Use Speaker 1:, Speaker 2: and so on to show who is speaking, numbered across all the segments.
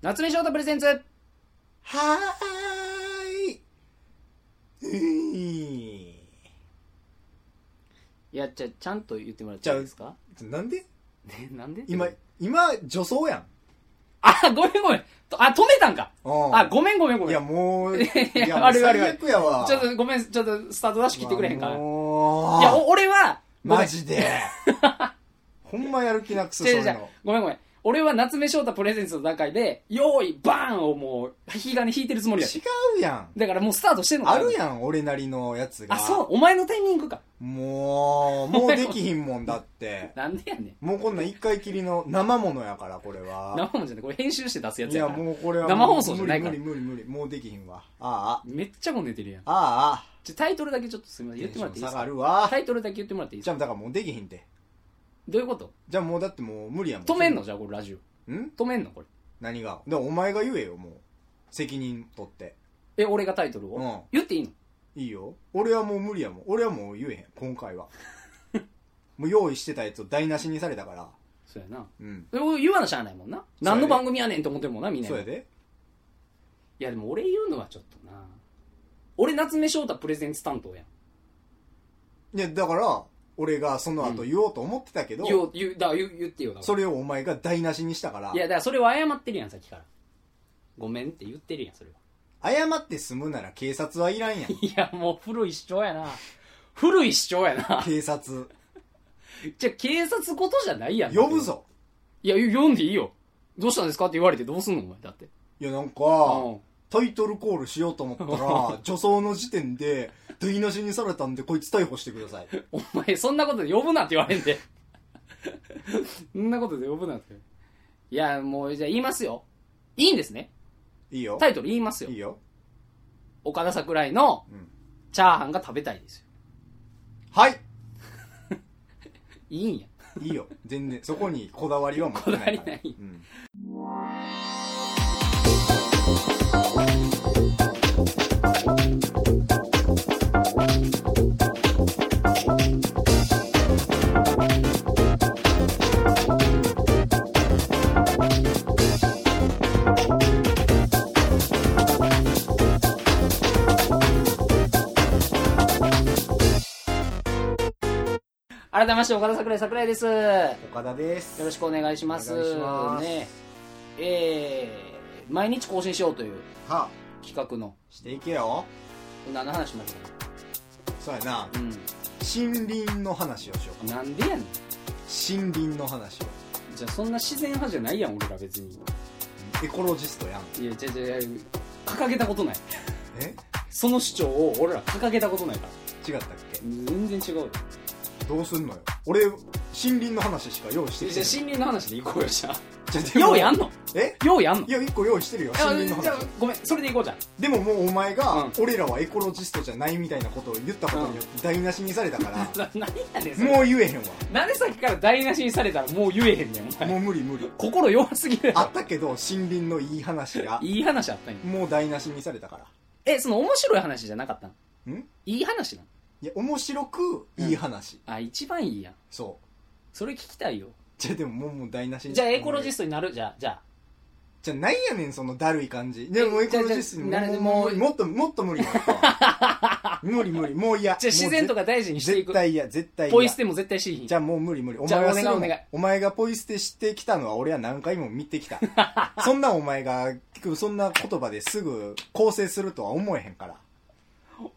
Speaker 1: 夏目翔太プレゼンツ
Speaker 2: はーい。
Speaker 1: いや、じゃあ、ちゃんと言ってもらっていいですか
Speaker 2: うーん。なんで
Speaker 1: ね、 なんで
Speaker 2: 今、今、女装やん。
Speaker 1: あ、ごめんごめん。とあ、止めたんか。
Speaker 2: うん
Speaker 1: あ、ごめんごめんごめん。
Speaker 2: いや、も う、い
Speaker 1: いや
Speaker 2: もう
Speaker 1: あるあるあ
Speaker 2: 最
Speaker 1: る
Speaker 2: 悪やわ。
Speaker 1: ちょっとごめん、ちょっとスタートダッシュ切ってくれへんかな。い
Speaker 2: もう
Speaker 1: や、お俺は、ごめ
Speaker 2: マ
Speaker 1: ん。
Speaker 2: ジ で。ほんまやる気なくそ、そう
Speaker 1: 違う
Speaker 2: いう
Speaker 1: 違う
Speaker 2: の。
Speaker 1: ごめんごめん。俺は夏目翔太プレゼンツの段階で、用意バーンをもう、引き金引いてるつもりやし。
Speaker 2: 違うやん。
Speaker 1: だからもうスタートしてんのか
Speaker 2: あ
Speaker 1: な
Speaker 2: るやん、俺なりのやつが。
Speaker 1: あ、そう、お前のタイミングか。
Speaker 2: もう、もうできひんもんだって。
Speaker 1: なんでやねん。
Speaker 2: もうこんなん一回きりの生ものやから、これ
Speaker 1: 生
Speaker 2: は。
Speaker 1: 放送じゃない、これ編集して出すや
Speaker 2: い
Speaker 1: つや
Speaker 2: や、
Speaker 1: から。
Speaker 2: もうこれは。
Speaker 1: 生放送じゃないから
Speaker 2: 無理無理無理無理。もうできひんわ。あ
Speaker 1: めっちゃもん出てるやん。
Speaker 2: あ、ああ、
Speaker 1: ちょタイトルだけちょっとすみま
Speaker 2: ああ。
Speaker 1: せん。言ってもらっていいです
Speaker 2: 下が
Speaker 1: か
Speaker 2: るわ
Speaker 1: タ。イトルだけ言ってもらっていいです
Speaker 2: じ
Speaker 1: か
Speaker 2: ゃあ、だからもうできひんて。
Speaker 1: どういうこと
Speaker 2: じゃあもうだってもう無理やもん。
Speaker 1: 止めんのじゃあこれラジオ。
Speaker 2: ん
Speaker 1: 止めんのこれ。
Speaker 2: 何がでもお前が言えよもう責任取って
Speaker 1: え、俺がタイトルを、
Speaker 2: うん
Speaker 1: 言っていいの
Speaker 2: いいよ俺はもう無理やもん俺はもう言えへん今 回はもう用意してたやつを台無しにされたから
Speaker 1: そうやな。
Speaker 2: うん
Speaker 1: でも言わなしゃあないもんな。
Speaker 2: うや
Speaker 1: 何
Speaker 2: で
Speaker 1: の番組やねんって思ってるもんな、みんな。
Speaker 2: そうや
Speaker 1: い
Speaker 2: で
Speaker 1: や、でも俺言うのはちょっとな。俺、夏目翔太プレゼンツ担当やん。
Speaker 2: いやだから俺がその後言おうと思ってたけど、
Speaker 1: 言おう、言う、だから言う言ってよ。だから
Speaker 2: それをお前が台無しにしたから
Speaker 1: いや、だからそれは謝ってるやん、さっきから。ごめんって言ってるやん、それは。
Speaker 2: 謝って済むなら警察はいらんやん
Speaker 1: いや、もう古い主張やな。古い主張やな。
Speaker 2: 警察
Speaker 1: じゃあ、警察ことじゃないやん。
Speaker 2: 呼ぶ。ぞ
Speaker 1: いや、読んでいいよ。どうしたんですかって言われてどうすんの、お前。だって。
Speaker 2: いやなんか、
Speaker 1: うん。
Speaker 2: タイトルコールしようと思った ら女装の時点で台無しにされたんでこいつ逮捕してください
Speaker 1: お前、そんなことで呼ぶなって言われんで。そんなことで呼ぶなって。いや、もう、じゃあ言いますよ。いいんですね。
Speaker 2: いいよ
Speaker 1: タイトル言いますよ
Speaker 2: い。いよ
Speaker 1: 岡田桜井の
Speaker 2: うん
Speaker 1: チャーハンが食べたいですよ。
Speaker 2: はい
Speaker 1: いいんや。
Speaker 2: いいよ全然そこにこだわりは持ってないから
Speaker 1: こだわりない
Speaker 2: うん
Speaker 1: 改めまして、岡田桜井桜井です。よ
Speaker 2: 岡田です
Speaker 1: ろしくお願いします。
Speaker 2: お願いします
Speaker 1: ねえー、毎日更新しようという
Speaker 2: はあ
Speaker 1: 企画の、
Speaker 2: していけよ
Speaker 1: 何の話しましたっ
Speaker 2: そうやな
Speaker 1: けう。
Speaker 2: 森林の話をしようん
Speaker 1: なんでやねん。
Speaker 2: 森林の話を
Speaker 1: じゃあそんな自然派じゃないやん、俺ら別に。
Speaker 2: エコロジストやん
Speaker 1: いや、じゃじゃ掲げたことない。
Speaker 2: え
Speaker 1: その主張を俺ら掲げたことないから。
Speaker 2: 違ったっけ
Speaker 1: 全然違うよ。
Speaker 2: どうすんのよ俺森林の話しか用意し
Speaker 1: じ
Speaker 2: て
Speaker 1: ゃ
Speaker 2: き
Speaker 1: あ森
Speaker 2: て
Speaker 1: 林の話でいこうよ、じゃあ。
Speaker 2: ないじ ゃ
Speaker 1: ようやん
Speaker 2: の
Speaker 1: の
Speaker 2: え
Speaker 1: ようやんの
Speaker 2: いや一個用意してるよ
Speaker 1: あ
Speaker 2: 森林の
Speaker 1: じゃあ
Speaker 2: 話
Speaker 1: ごめん、それでいこうじゃん。
Speaker 2: でももうお前
Speaker 1: う
Speaker 2: が
Speaker 1: ん
Speaker 2: 俺らはエコロジストじゃないみたいなことを言ったことによって台無しにされたから
Speaker 1: な 何やねん、それ。
Speaker 2: もう言えへん
Speaker 1: なんでさっきから台無しにされたらもう言えへんねん、お
Speaker 2: わ
Speaker 1: 前。
Speaker 2: もう無理 無理
Speaker 1: 心弱すぎるやろ
Speaker 2: あったけど森林のいい話が
Speaker 1: いい話あったんや。
Speaker 2: もう台無しにされたから
Speaker 1: え、その面白い話じゃなかったの
Speaker 2: ん
Speaker 1: いい話なの
Speaker 2: いや面白くいい話、
Speaker 1: あ、一番いいやん。
Speaker 2: そう
Speaker 1: それ聞きたいよ。
Speaker 2: じゃあでももうもう台無しに
Speaker 1: じゃあエコロジス
Speaker 2: ト
Speaker 1: トになるじゃあ、じゃあ。
Speaker 2: じゃあないやねんそのだるい感じでもう
Speaker 1: え
Speaker 2: エコロジストに
Speaker 1: じゃあじゃあ
Speaker 2: もうもうも
Speaker 1: な
Speaker 2: うもっともっと 無理だったわ無理無理もう嫌
Speaker 1: じゃあ自然と
Speaker 2: か
Speaker 1: か大事にしてい
Speaker 2: 絶
Speaker 1: く。
Speaker 2: 対嫌絶対嫌
Speaker 1: ポイ捨ても絶対しひん
Speaker 2: じ。ゃあもう無理無理お
Speaker 1: じゃあ
Speaker 2: 前がするの
Speaker 1: お願いお願い
Speaker 2: お前がポイ捨てしてきたのは俺は何回も見て きたそんなお前がそんな言葉ですぐ構成するとは思えへんから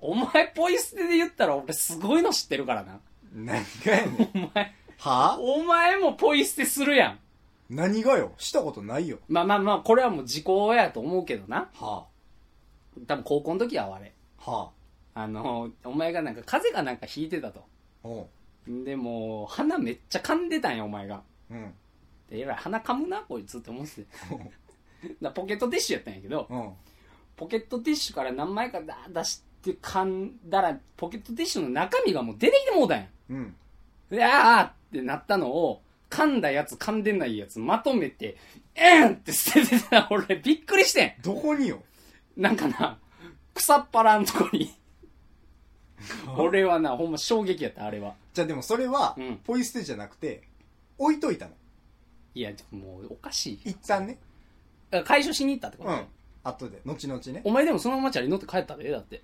Speaker 1: お前ポイ捨てで言ったら俺すごいの知ってるからな。
Speaker 2: 何がやねん
Speaker 1: お前、
Speaker 2: はあ
Speaker 1: お前もポイ捨てするやん。
Speaker 2: 何がよしたことないよ
Speaker 1: まあまあまあ、これはもう時効やと思うけどな。
Speaker 2: は
Speaker 1: 多分高校の時はあれ。
Speaker 2: あは
Speaker 1: あの、お前がなんか風邪かなんかひいてたと。
Speaker 2: あお
Speaker 1: でもう、鼻めっちゃ噛んでたんや、お前が。
Speaker 2: うんうん
Speaker 1: で、えらい鼻噛むな、こいつって思って て。だからポケットティッシュやったんやけど、
Speaker 2: うん
Speaker 1: ポケットティッシュから何枚かだー出して噛んだら、ポケットティッシュの中身がもう出てきてもうたんや。
Speaker 2: うん
Speaker 1: で、あーってなったのを、噛んだやつ、噛んでないやつ、まとめて、えんって捨ててた。俺、びっくりしてん。
Speaker 2: どこによ
Speaker 1: なんかな、草っぱらんとこに。俺はな、ほんま衝撃やった、あれは。
Speaker 2: じゃあでもそれは
Speaker 1: うん
Speaker 2: ポイ捨てじゃなくて置いといたの
Speaker 1: いや、でももうおかしい。
Speaker 2: 一旦ね
Speaker 1: あ解消しに行ったってこと、
Speaker 2: うん。後で、後々ね。
Speaker 1: お前でもそのままチャリ乗って帰ったで、だって。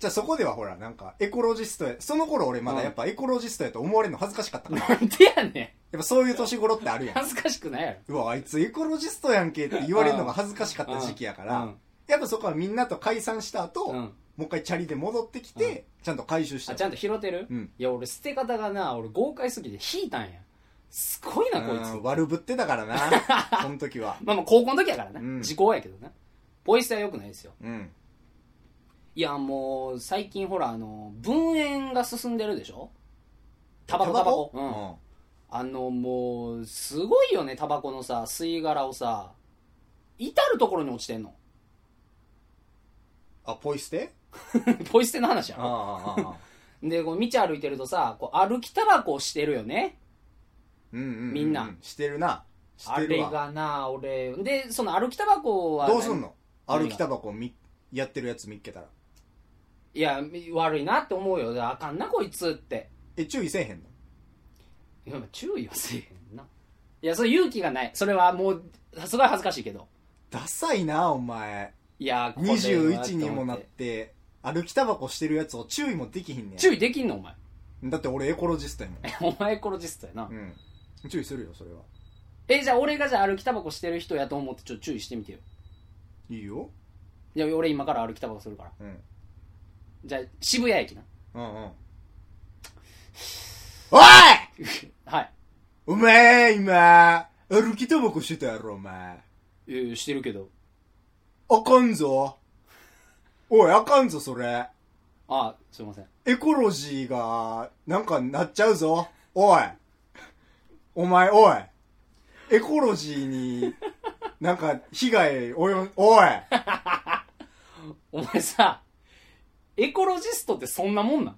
Speaker 2: じゃあそこではほら、なんか、エコロジストや、その頃俺まだやっぱエコロジストやと思われるの恥ずかしかったから。や
Speaker 1: なんでやね
Speaker 2: っぱそういう年頃ってある
Speaker 1: ん。
Speaker 2: や ん。
Speaker 1: 恥ずかしくないやろ。
Speaker 2: うわ、あいつエコロジストやんけって言われるのが恥ずかしかった時期やから、
Speaker 1: うん
Speaker 2: やっぱそこはみんなと解散した後、
Speaker 1: うん
Speaker 2: もう一回チャリで戻ってきて、
Speaker 1: うん
Speaker 2: ちゃんと回収した。
Speaker 1: あちゃんと拾ってる、
Speaker 2: うん
Speaker 1: いや俺捨て方がな俺豪快すぎて引いたんやすごいなこいつ
Speaker 2: うん悪ぶってたから な、その時は。
Speaker 1: まあまあ高校の時やからな、
Speaker 2: うん
Speaker 1: 時効やけどなポイ捨ては良くないですよ
Speaker 2: うん。
Speaker 1: いやもう最近ほらあの分煙が進んでるでしょタバコタバコうん、あのもうすごいよねタバコのさ吸い殻をさ至る所に落ちてんの
Speaker 2: あ、ポイ捨て
Speaker 1: ポイ捨ての話や
Speaker 2: あ
Speaker 1: ろ
Speaker 2: あ、ああ、ああ。
Speaker 1: でこう道歩いてるとさこう歩きタバコをしてるよね
Speaker 2: うんうんう
Speaker 1: みんな。
Speaker 2: してるな。し
Speaker 1: あ
Speaker 2: て
Speaker 1: れ
Speaker 2: るわ。
Speaker 1: がな俺でその歩きタバコは
Speaker 2: どうすんの
Speaker 1: 何
Speaker 2: 歩きタバコみ、やってるやつ見っけたら。
Speaker 1: いや悪いなって思うよあかんなこいつって
Speaker 2: え、注意せえへんの
Speaker 1: いや注意はせえへんないやそれ勇気がないそれはもうすごい恥ずかしいけど
Speaker 2: ダサいな、お前。
Speaker 1: いやこれは
Speaker 2: 21にもなっ
Speaker 1: と思
Speaker 2: て、歩きタバコしてるやつを注意もできひんね
Speaker 1: て
Speaker 2: ん。
Speaker 1: 注意できんのお前
Speaker 2: だって俺エコロジストやも
Speaker 1: お
Speaker 2: ん。
Speaker 1: 前エコロジストやな、
Speaker 2: うん。注意するよ、それは。
Speaker 1: えじゃあ俺がじゃあ歩きタバコしてる人やと思ってちょっと注意してみてよ
Speaker 2: いいよ。
Speaker 1: いや俺今から歩きタバコするから
Speaker 2: うん。
Speaker 1: じゃあ渋谷駅な
Speaker 2: うんうん。おい
Speaker 1: はい
Speaker 2: お前、今、歩きタバコしてたやろ、お前。
Speaker 1: えーしてるけど
Speaker 2: あかんぞ。おい、あかんぞ、それ。
Speaker 1: あすいません
Speaker 2: エコロジーが、なんかなっちゃうぞ。おい。お前、おい。エコロジーに、なんか、被害、およ、おい。
Speaker 1: お前さエコロジストってそんなもんな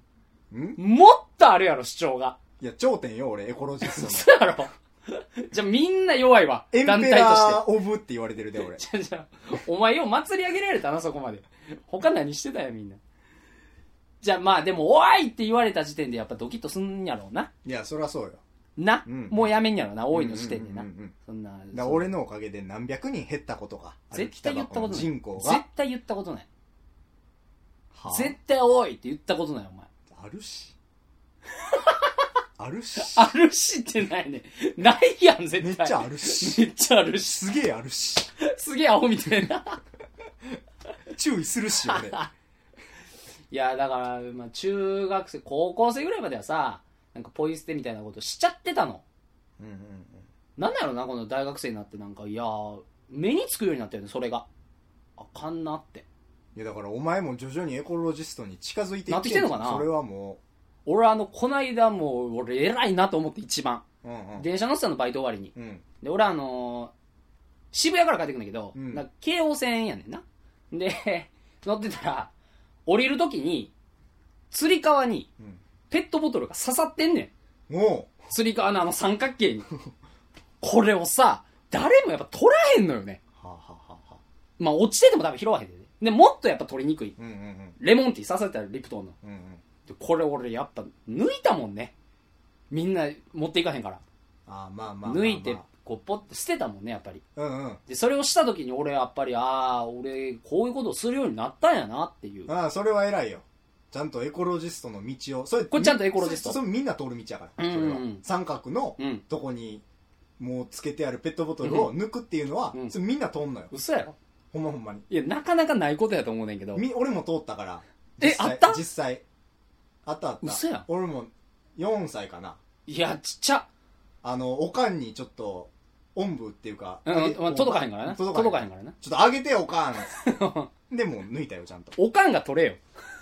Speaker 1: ん
Speaker 2: ん
Speaker 1: もっとあるやろ主張が
Speaker 2: いや、頂点よ、俺、エコロジス トの。
Speaker 1: そうやろじゃあみんな弱いわ。
Speaker 2: エン
Speaker 1: 団
Speaker 2: ペ
Speaker 1: 体と
Speaker 2: ラ
Speaker 1: し
Speaker 2: ー・オブって言われてるで、俺。
Speaker 1: て。じゃあじゃあお前よ、祭り上げられたな、そこまで。他何してたよ、みんな。じゃあまあでも、おいって言われた時点でやっぱドキッとすんやろうな。
Speaker 2: いや、そりゃそうよ。
Speaker 1: な、
Speaker 2: うん
Speaker 1: もうやめんやろうな、おいの時点でな。
Speaker 2: うんうんうんうん
Speaker 1: そんな。
Speaker 2: だから俺のおかげで何百人減ったことが、
Speaker 1: そんな絶対言ったことない。
Speaker 2: 人口
Speaker 1: 絶
Speaker 2: が。
Speaker 1: 対言ったことない。
Speaker 2: はあ
Speaker 1: 絶対おいって言ったことない、お前。
Speaker 2: あるし。あるし。
Speaker 1: あるしってないね。ないやん、絶対。
Speaker 2: めっちゃあるし。
Speaker 1: めっちゃあるし。
Speaker 2: すげえあるし。
Speaker 1: すげえアホみたいな。
Speaker 2: 注意するし、 俺。
Speaker 1: いやだから、まあ、中学生高校生ぐらいまではさなんかポイ捨てみたいなことしちゃってたの
Speaker 2: うんうんうん。
Speaker 1: なんなんやろなこの大学生になってなんかいや目につくようになったよねそれがあかんなって
Speaker 2: いやだからお前も徐々にエコロジストに近づいてい
Speaker 1: なってきてんのかな
Speaker 2: それはも
Speaker 1: 俺あのこないだもう俺偉いなと思って一番
Speaker 2: う、うんうん。
Speaker 1: 電車乗ってたのバイト終わりに
Speaker 2: うん。
Speaker 1: で俺あのー渋谷から帰ってくんだけど、
Speaker 2: うん
Speaker 1: なんか京王線やねんなで 乗ってたら降りるときに釣り革に
Speaker 2: うん
Speaker 1: ペットボトルが刺さってんねん
Speaker 2: も
Speaker 1: 釣り革のあの三角 形に。これをさ、誰もやっぱ取らへんのよね。
Speaker 2: う、はあ、はあはあはあ、
Speaker 1: まあ落ちてても多分拾わへんで、ね。で、もっとやっぱ取りにくい。
Speaker 2: うんうんうん。
Speaker 1: レモンティー刺されたらリプトンの。
Speaker 2: うんうん。
Speaker 1: でこれ俺やっぱ抜いたもんね。みんな持っていかへんから。
Speaker 2: ああ、まあまあまあ、まあ。
Speaker 1: 抜いて、こうポッて捨てたもんね、やっぱり。
Speaker 2: うんうん。
Speaker 1: で、それをした時に俺やっぱり、ああ、俺こういうことをするようになったんやなっていう。
Speaker 2: ああ、それは偉いよ。ちゃんとエコロジストの道を。それ
Speaker 1: これちゃんとエコロジスト
Speaker 2: そそれみんな通る道やから。
Speaker 1: うんうんうん
Speaker 2: それは三角の
Speaker 1: うん。
Speaker 2: とこに、もうつけてあるペットボトルを抜くっていうのは、
Speaker 1: うん
Speaker 2: それみんな通んのよ。
Speaker 1: 嘘やろ
Speaker 2: ほんまほんまに。
Speaker 1: いや、なかなかないことやと思うねんけど。
Speaker 2: み俺も通ったから。
Speaker 1: え
Speaker 2: 実際
Speaker 1: あった
Speaker 2: 実際。あったあった。
Speaker 1: 嘘やん
Speaker 2: 俺も4歳かな。
Speaker 1: いや、ちっちゃ。
Speaker 2: あの、おかんにちょっと、おんぶっていうか、
Speaker 1: うん
Speaker 2: あ
Speaker 1: うん
Speaker 2: げ、
Speaker 1: まあ届かへんからな。
Speaker 2: 届かへん。
Speaker 1: 届かへんからな。
Speaker 2: ちょっとあげてよ、おか ん。で、もう抜いたよ、ちゃんと。
Speaker 1: おかんが取れ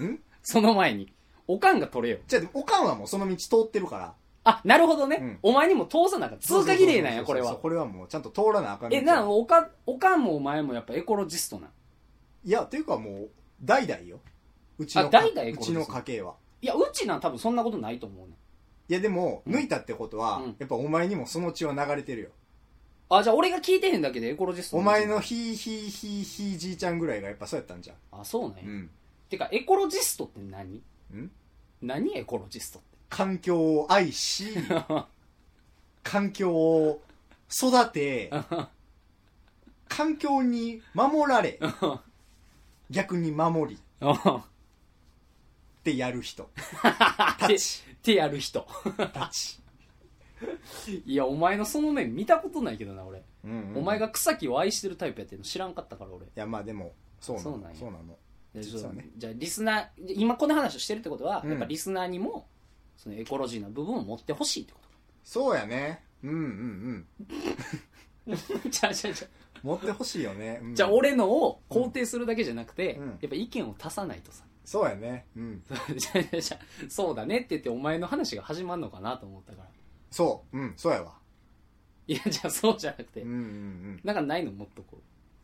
Speaker 1: よ。
Speaker 2: ん
Speaker 1: その前に。おかんが取れよ。
Speaker 2: じゃあ、でもおかんはもうその道通ってるから。
Speaker 1: あ、なるほどね。
Speaker 2: うん
Speaker 1: お前にも通さなあかん通過儀礼なんや、
Speaker 2: そ
Speaker 1: こ
Speaker 2: うそ
Speaker 1: れ
Speaker 2: うそ
Speaker 1: は
Speaker 2: うそうそう。これはもうちゃんと通らなあかん道
Speaker 1: え、な、おか、おかんもお前もやっぱエコロジストなん。
Speaker 2: いや、っていうかもう、代々よ。うち
Speaker 1: あ
Speaker 2: の、
Speaker 1: 代々
Speaker 2: うちの家系は。
Speaker 1: いや、うちなん多分そんなことないと思うね。
Speaker 2: いや、でも、
Speaker 1: うん
Speaker 2: 抜いたってことは、
Speaker 1: うん
Speaker 2: やっぱお前にもその血は流れてるよ。
Speaker 1: あ、じゃあ俺が聞いてへんだけでエコロジスト
Speaker 2: お前の
Speaker 1: 道
Speaker 2: ひいひいひいひいじいちゃんぐらいがやっぱそうやったんじゃん。
Speaker 1: なん。あ、そうなんや。
Speaker 2: うん。
Speaker 1: てか、エコロジストって何
Speaker 2: ん
Speaker 1: 何エコロジストって。
Speaker 2: 環境を愛し、 環境を育て、環境に守られ逆に守りっ
Speaker 1: うん
Speaker 2: てやる人
Speaker 1: あて手やる人 いやお前のその面見たことないけどな俺、
Speaker 2: うん
Speaker 1: お前が草木を愛してるタイプやってるの知らんかったから俺
Speaker 2: いやまあでもそうな
Speaker 1: そう
Speaker 2: の
Speaker 1: なんや
Speaker 2: そうなの
Speaker 1: じ
Speaker 2: 実
Speaker 1: ゃあ
Speaker 2: はね
Speaker 1: じゃあリスナー今この話をしてるってことは、
Speaker 2: うん
Speaker 1: やっぱリスナーにもそのエコロジーの部分を持ってほしいってこ
Speaker 2: そうやねうんうんうん
Speaker 1: とじゃあじゃあじゃあ
Speaker 2: 持ってほしいよね、うん
Speaker 1: じゃあ俺のを肯定するだけじゃなくて、
Speaker 2: うん
Speaker 1: やっぱ意見を足さないとさ
Speaker 2: そうやねうん
Speaker 1: じゃあじゃあじゃあそうだねって言ってお前の話が始まるのかなと思ったから
Speaker 2: そううんそうやわ
Speaker 1: いやじゃあそうじゃなくて、
Speaker 2: うんうんうん
Speaker 1: なんかないのもっとこう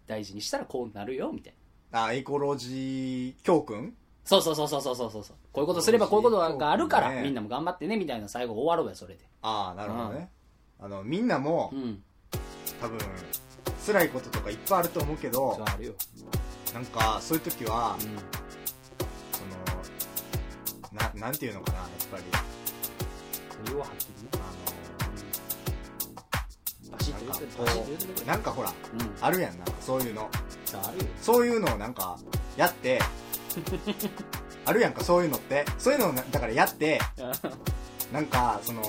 Speaker 1: 大事にしたらこうなるよみたいな
Speaker 2: あエコロジー教訓
Speaker 1: そうそうそうそうそうそうそうこういうことすればこういうことがあるから、
Speaker 2: そうね
Speaker 1: みんなも頑張ってねみたいな最後終わろうやそれで
Speaker 2: ああなるほどね、あのみんなも
Speaker 1: うん
Speaker 2: 多分辛いこととかいっぱいあると思うけ
Speaker 1: そ
Speaker 2: ど
Speaker 1: うあるよ、
Speaker 2: なんかそういう時は
Speaker 1: うん、
Speaker 2: そのななんていうのかなやっぱり
Speaker 1: それははっきりね
Speaker 2: あ
Speaker 1: バシッ
Speaker 2: の
Speaker 1: と言
Speaker 2: なん
Speaker 1: っ
Speaker 2: か
Speaker 1: て
Speaker 2: こ
Speaker 1: バシッと言ってくれ
Speaker 2: うなんかほら
Speaker 1: うん
Speaker 2: あるやんなんかそういうの
Speaker 1: じゃああるよ
Speaker 2: そういうのをなんかやってあるやんかそういうのってそういうのをなだからやってなんかその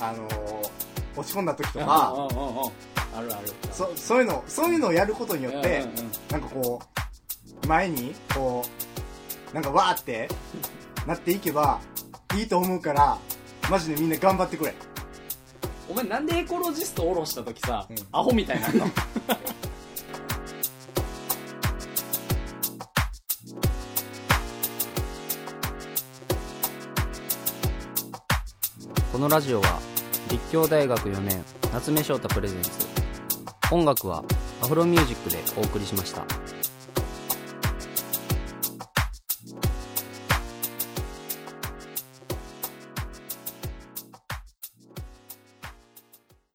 Speaker 2: あの落ち込んだ時とか
Speaker 1: うんうんうんうんあるある
Speaker 2: そそういうのそういうのをやることによっ
Speaker 1: う
Speaker 2: て
Speaker 1: んうんうん
Speaker 2: なんかこう前にこうなんかわーってなっていけばいいと思うからマジでみんな頑張ってくれ
Speaker 1: お前なんでエコロジスト下ろした時さ、
Speaker 2: うん
Speaker 1: アホみたいになの このラジオは立教大学4年夏目翔太プレゼンツ音楽はアフロミュージックでお送りしました。